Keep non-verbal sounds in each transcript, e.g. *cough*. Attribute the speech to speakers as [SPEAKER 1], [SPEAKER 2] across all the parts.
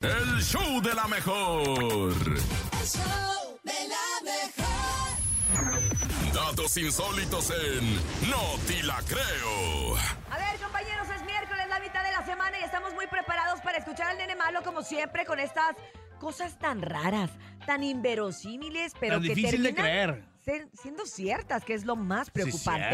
[SPEAKER 1] El show de la mejor.
[SPEAKER 2] show de la mejor.
[SPEAKER 1] Datos insólitos en No Ti La Creo.
[SPEAKER 3] A ver, compañeros, es miércoles, la mitad de la semana y estamos muy preparados para escuchar al nene malo, como siempre, con estas cosas tan raras, tan inverosímiles, pero
[SPEAKER 4] Tan
[SPEAKER 3] que
[SPEAKER 4] difícil de
[SPEAKER 3] terminan
[SPEAKER 4] creer.
[SPEAKER 3] ser- siendo ciertas, que es lo más preocupante.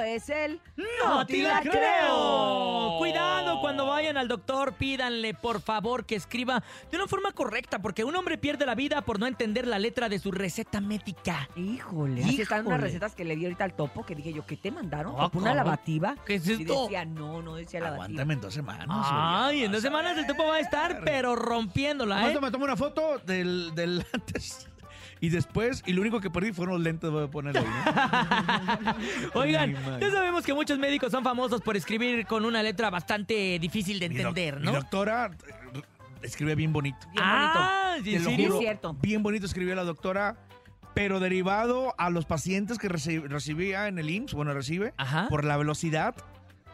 [SPEAKER 3] Eso es el...
[SPEAKER 4] ¡No te la creo!
[SPEAKER 5] Cuidado cuando vayan al doctor, pídanle por favor que escriba de una forma correcta, porque un hombre pierde la vida por no entender la letra de su receta médica.
[SPEAKER 3] Híjole, así están unas
[SPEAKER 5] Híjole.
[SPEAKER 3] recetas que le di ahorita al topo, que dije yo, ¿qué te mandaron?
[SPEAKER 4] Ah,
[SPEAKER 3] ¿Topo, ¿Una
[SPEAKER 4] caray.
[SPEAKER 3] lavativa?
[SPEAKER 5] ¿Qué es
[SPEAKER 3] Y
[SPEAKER 5] esto?
[SPEAKER 3] decía, no, no decía lavativa.
[SPEAKER 4] Aguántame en dos semanas.
[SPEAKER 5] Ay,
[SPEAKER 4] oye,
[SPEAKER 5] en
[SPEAKER 4] vas
[SPEAKER 5] dos
[SPEAKER 4] a
[SPEAKER 5] semanas el topo va a estar,
[SPEAKER 4] ver.
[SPEAKER 5] pero rompiéndola,
[SPEAKER 4] Nomás
[SPEAKER 5] ¿eh?
[SPEAKER 4] me tomo una foto del, del *laughs* antes y después, y lo único que perdí fueron los lentes, voy a poner ahí. ¿no?
[SPEAKER 5] *laughs* Oigan,
[SPEAKER 4] Ay, madre.
[SPEAKER 5] ya sabemos que muchos médicos son famosos por escribir con una letra bastante difícil de
[SPEAKER 4] Mi doc-
[SPEAKER 5] entender,
[SPEAKER 4] mi
[SPEAKER 5] ¿no?
[SPEAKER 4] doctora eh, escribe bien bonito.
[SPEAKER 3] Bien
[SPEAKER 5] ah,
[SPEAKER 4] Te
[SPEAKER 5] ¿en
[SPEAKER 3] bonito. Sí,
[SPEAKER 4] lo
[SPEAKER 5] serio?
[SPEAKER 3] es
[SPEAKER 4] juro,
[SPEAKER 3] cierto.
[SPEAKER 4] Bien bonito escribió la doctora, pero derivado a los pacientes que reci- recibía en el IMSS, bueno, recibe,
[SPEAKER 5] Ajá. Oh.
[SPEAKER 4] por la velocidad,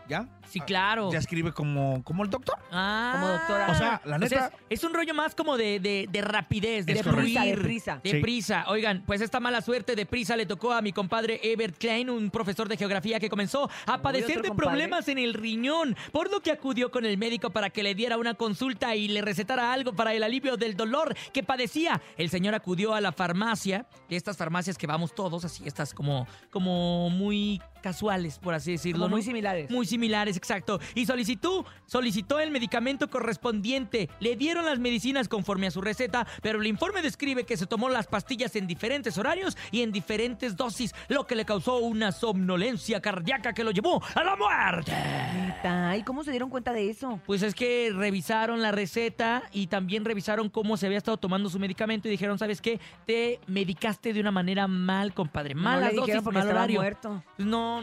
[SPEAKER 4] ¿ya?
[SPEAKER 5] Sí, claro.
[SPEAKER 4] Ya escribe como, como el doctor.
[SPEAKER 5] Ah.
[SPEAKER 3] Como doctora.
[SPEAKER 4] O sea, la neta-
[SPEAKER 5] es, es un rollo más como de, de- de rapidez, de,
[SPEAKER 4] Es
[SPEAKER 3] correcto.
[SPEAKER 5] fluir,
[SPEAKER 3] De prisa, de prisa.
[SPEAKER 5] de
[SPEAKER 4] Sí.
[SPEAKER 5] prisa. Oigan, pues esta mala suerte de prisa le tocó a mi compadre Ebert Klein, un profesor de geografía que comenzó a padecer
[SPEAKER 3] otro
[SPEAKER 5] de
[SPEAKER 3] compadre.
[SPEAKER 5] problemas en el riñón, por lo que acudió con el médico para que le diera una consulta y le recetara algo para el alivio del dolor que padecía. El señor acudió a la farmacia, de estas farmacias que vamos todos, así estas como, como muy casuales, por así decirlo.
[SPEAKER 3] Como
[SPEAKER 5] ¿no?
[SPEAKER 3] muy similares.
[SPEAKER 5] Muy similares, exacto. Y solicitó, solicitó el medicamento correspondiente. Le dieron las medicinas conforme a su receta, pero el informe describe que se tomó las pastillas en diferentes horarios y en diferentes dosis, lo que le causó una somnolencia cardíaca que lo llevó a la muerte.
[SPEAKER 3] Neta, ¿Y cómo se dieron cuenta de eso?
[SPEAKER 5] Pues es que revisaron la receta y también revisaron cómo se había estado tomando su medicamento y dijeron, ¿sabes qué? Te medicaste de una manera mal, compadre.
[SPEAKER 3] no
[SPEAKER 5] Malas
[SPEAKER 3] le dijeron
[SPEAKER 5] dosis,
[SPEAKER 3] porque
[SPEAKER 5] mal
[SPEAKER 3] estaba
[SPEAKER 5] horario.
[SPEAKER 3] muerto.
[SPEAKER 5] No,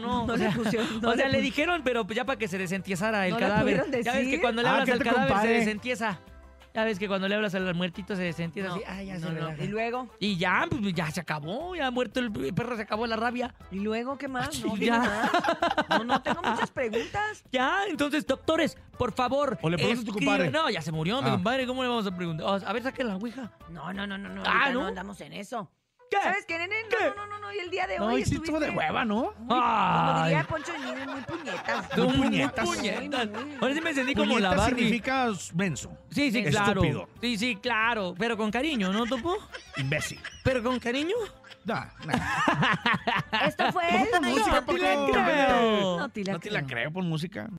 [SPEAKER 3] *laughs*
[SPEAKER 5] no.
[SPEAKER 3] No
[SPEAKER 5] o
[SPEAKER 3] le
[SPEAKER 5] sea,
[SPEAKER 3] pusieron- no
[SPEAKER 5] o sea,
[SPEAKER 3] le
[SPEAKER 5] le
[SPEAKER 3] pus-
[SPEAKER 5] dijeron, pero pues, ya para que se desentiezara el
[SPEAKER 3] ¿No le
[SPEAKER 5] cadáver.
[SPEAKER 3] pudieron
[SPEAKER 5] Ya ves que
[SPEAKER 3] decir?
[SPEAKER 5] cuando le
[SPEAKER 4] Ah,
[SPEAKER 5] hablas
[SPEAKER 4] que
[SPEAKER 5] al
[SPEAKER 4] te
[SPEAKER 5] cadáver
[SPEAKER 4] compadre.
[SPEAKER 5] se desentieza. Ya ves que cuando le hablas al muertito se desentieza
[SPEAKER 3] No,
[SPEAKER 5] así. Ah, ya se
[SPEAKER 3] no, no.
[SPEAKER 5] relaja.
[SPEAKER 3] Y luego,
[SPEAKER 5] Y ya, pues, ya se acabó, ya ha muerto el perro, se acabó la rabia.
[SPEAKER 3] ¿y luego qué más? No,
[SPEAKER 5] Sí,
[SPEAKER 3] dime
[SPEAKER 5] ya.
[SPEAKER 3] más. no, no tengo muchas preguntas.
[SPEAKER 5] Ya, entonces, doctores, por favor.
[SPEAKER 4] O le preguntas a tu
[SPEAKER 5] escriban-
[SPEAKER 4] compadre.
[SPEAKER 5] No, ya se murió, mi
[SPEAKER 4] Ah.
[SPEAKER 5] compadre, ¿cómo le vamos a preguntar? O sea, a ver, saquen la ouija.
[SPEAKER 3] No, no, no, no, no.
[SPEAKER 5] Ah,
[SPEAKER 3] ahorita
[SPEAKER 5] ¿no?
[SPEAKER 3] no andamos en eso.
[SPEAKER 5] ¿Qué?
[SPEAKER 3] ¿Sabes qué, nene? No,
[SPEAKER 5] ¿Qué?
[SPEAKER 3] no, no, no, no, Y el día de
[SPEAKER 4] No,
[SPEAKER 3] hoy
[SPEAKER 4] y sí estuvo
[SPEAKER 3] estuviste...
[SPEAKER 4] de hueva, ¿no?
[SPEAKER 3] Como diría
[SPEAKER 5] Ay,
[SPEAKER 3] Poncho de Nigris, muy puñetas.
[SPEAKER 5] tú,
[SPEAKER 4] Muy puñetas.
[SPEAKER 5] muy puñetas.
[SPEAKER 3] Muy, muy.
[SPEAKER 5] Ahora sí me sentí como la
[SPEAKER 4] Puñeta
[SPEAKER 5] Barbie.
[SPEAKER 4] significa menso.
[SPEAKER 5] Sí, sí, claro.
[SPEAKER 4] Estúpido.
[SPEAKER 5] Sí, sí, claro. Pero con cariño, ¿no, Topo?
[SPEAKER 4] Imbécil.
[SPEAKER 5] ¿Pero con cariño?
[SPEAKER 4] Nah, nah.
[SPEAKER 3] Esto fue el
[SPEAKER 4] música,
[SPEAKER 3] *laughs* No te la
[SPEAKER 4] Paco.
[SPEAKER 3] creo. No te la
[SPEAKER 4] No te la
[SPEAKER 3] creo.
[SPEAKER 4] creo por música.